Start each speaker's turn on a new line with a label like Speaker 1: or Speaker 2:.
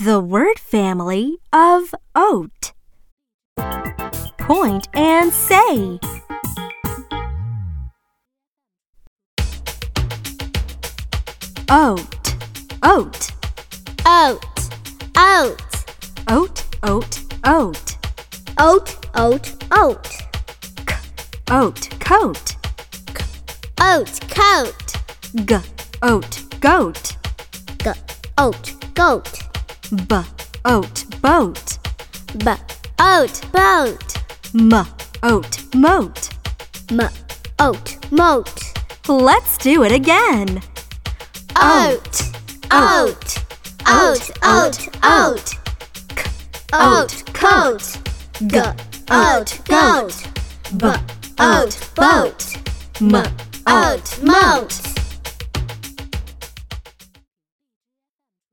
Speaker 1: The word family of oat. Point and say. Oat, oat,
Speaker 2: Oat, oat,
Speaker 1: oat, oat, oat.
Speaker 2: oat, oat, oat,
Speaker 1: Oat, coat.
Speaker 2: oat, coat,
Speaker 1: G, oat, goat.
Speaker 2: g, oat, goat,
Speaker 1: B, oat, boat.
Speaker 2: b, oat, boat,
Speaker 1: M, oat, moat.
Speaker 2: m, oat, moat,
Speaker 1: Let's do it again.
Speaker 2: oat, oat, oat, oat, oat, oat, coat,
Speaker 1: G,
Speaker 2: oat, goat,
Speaker 1: B,
Speaker 2: oat, boat,
Speaker 1: M,
Speaker 2: oat, moat.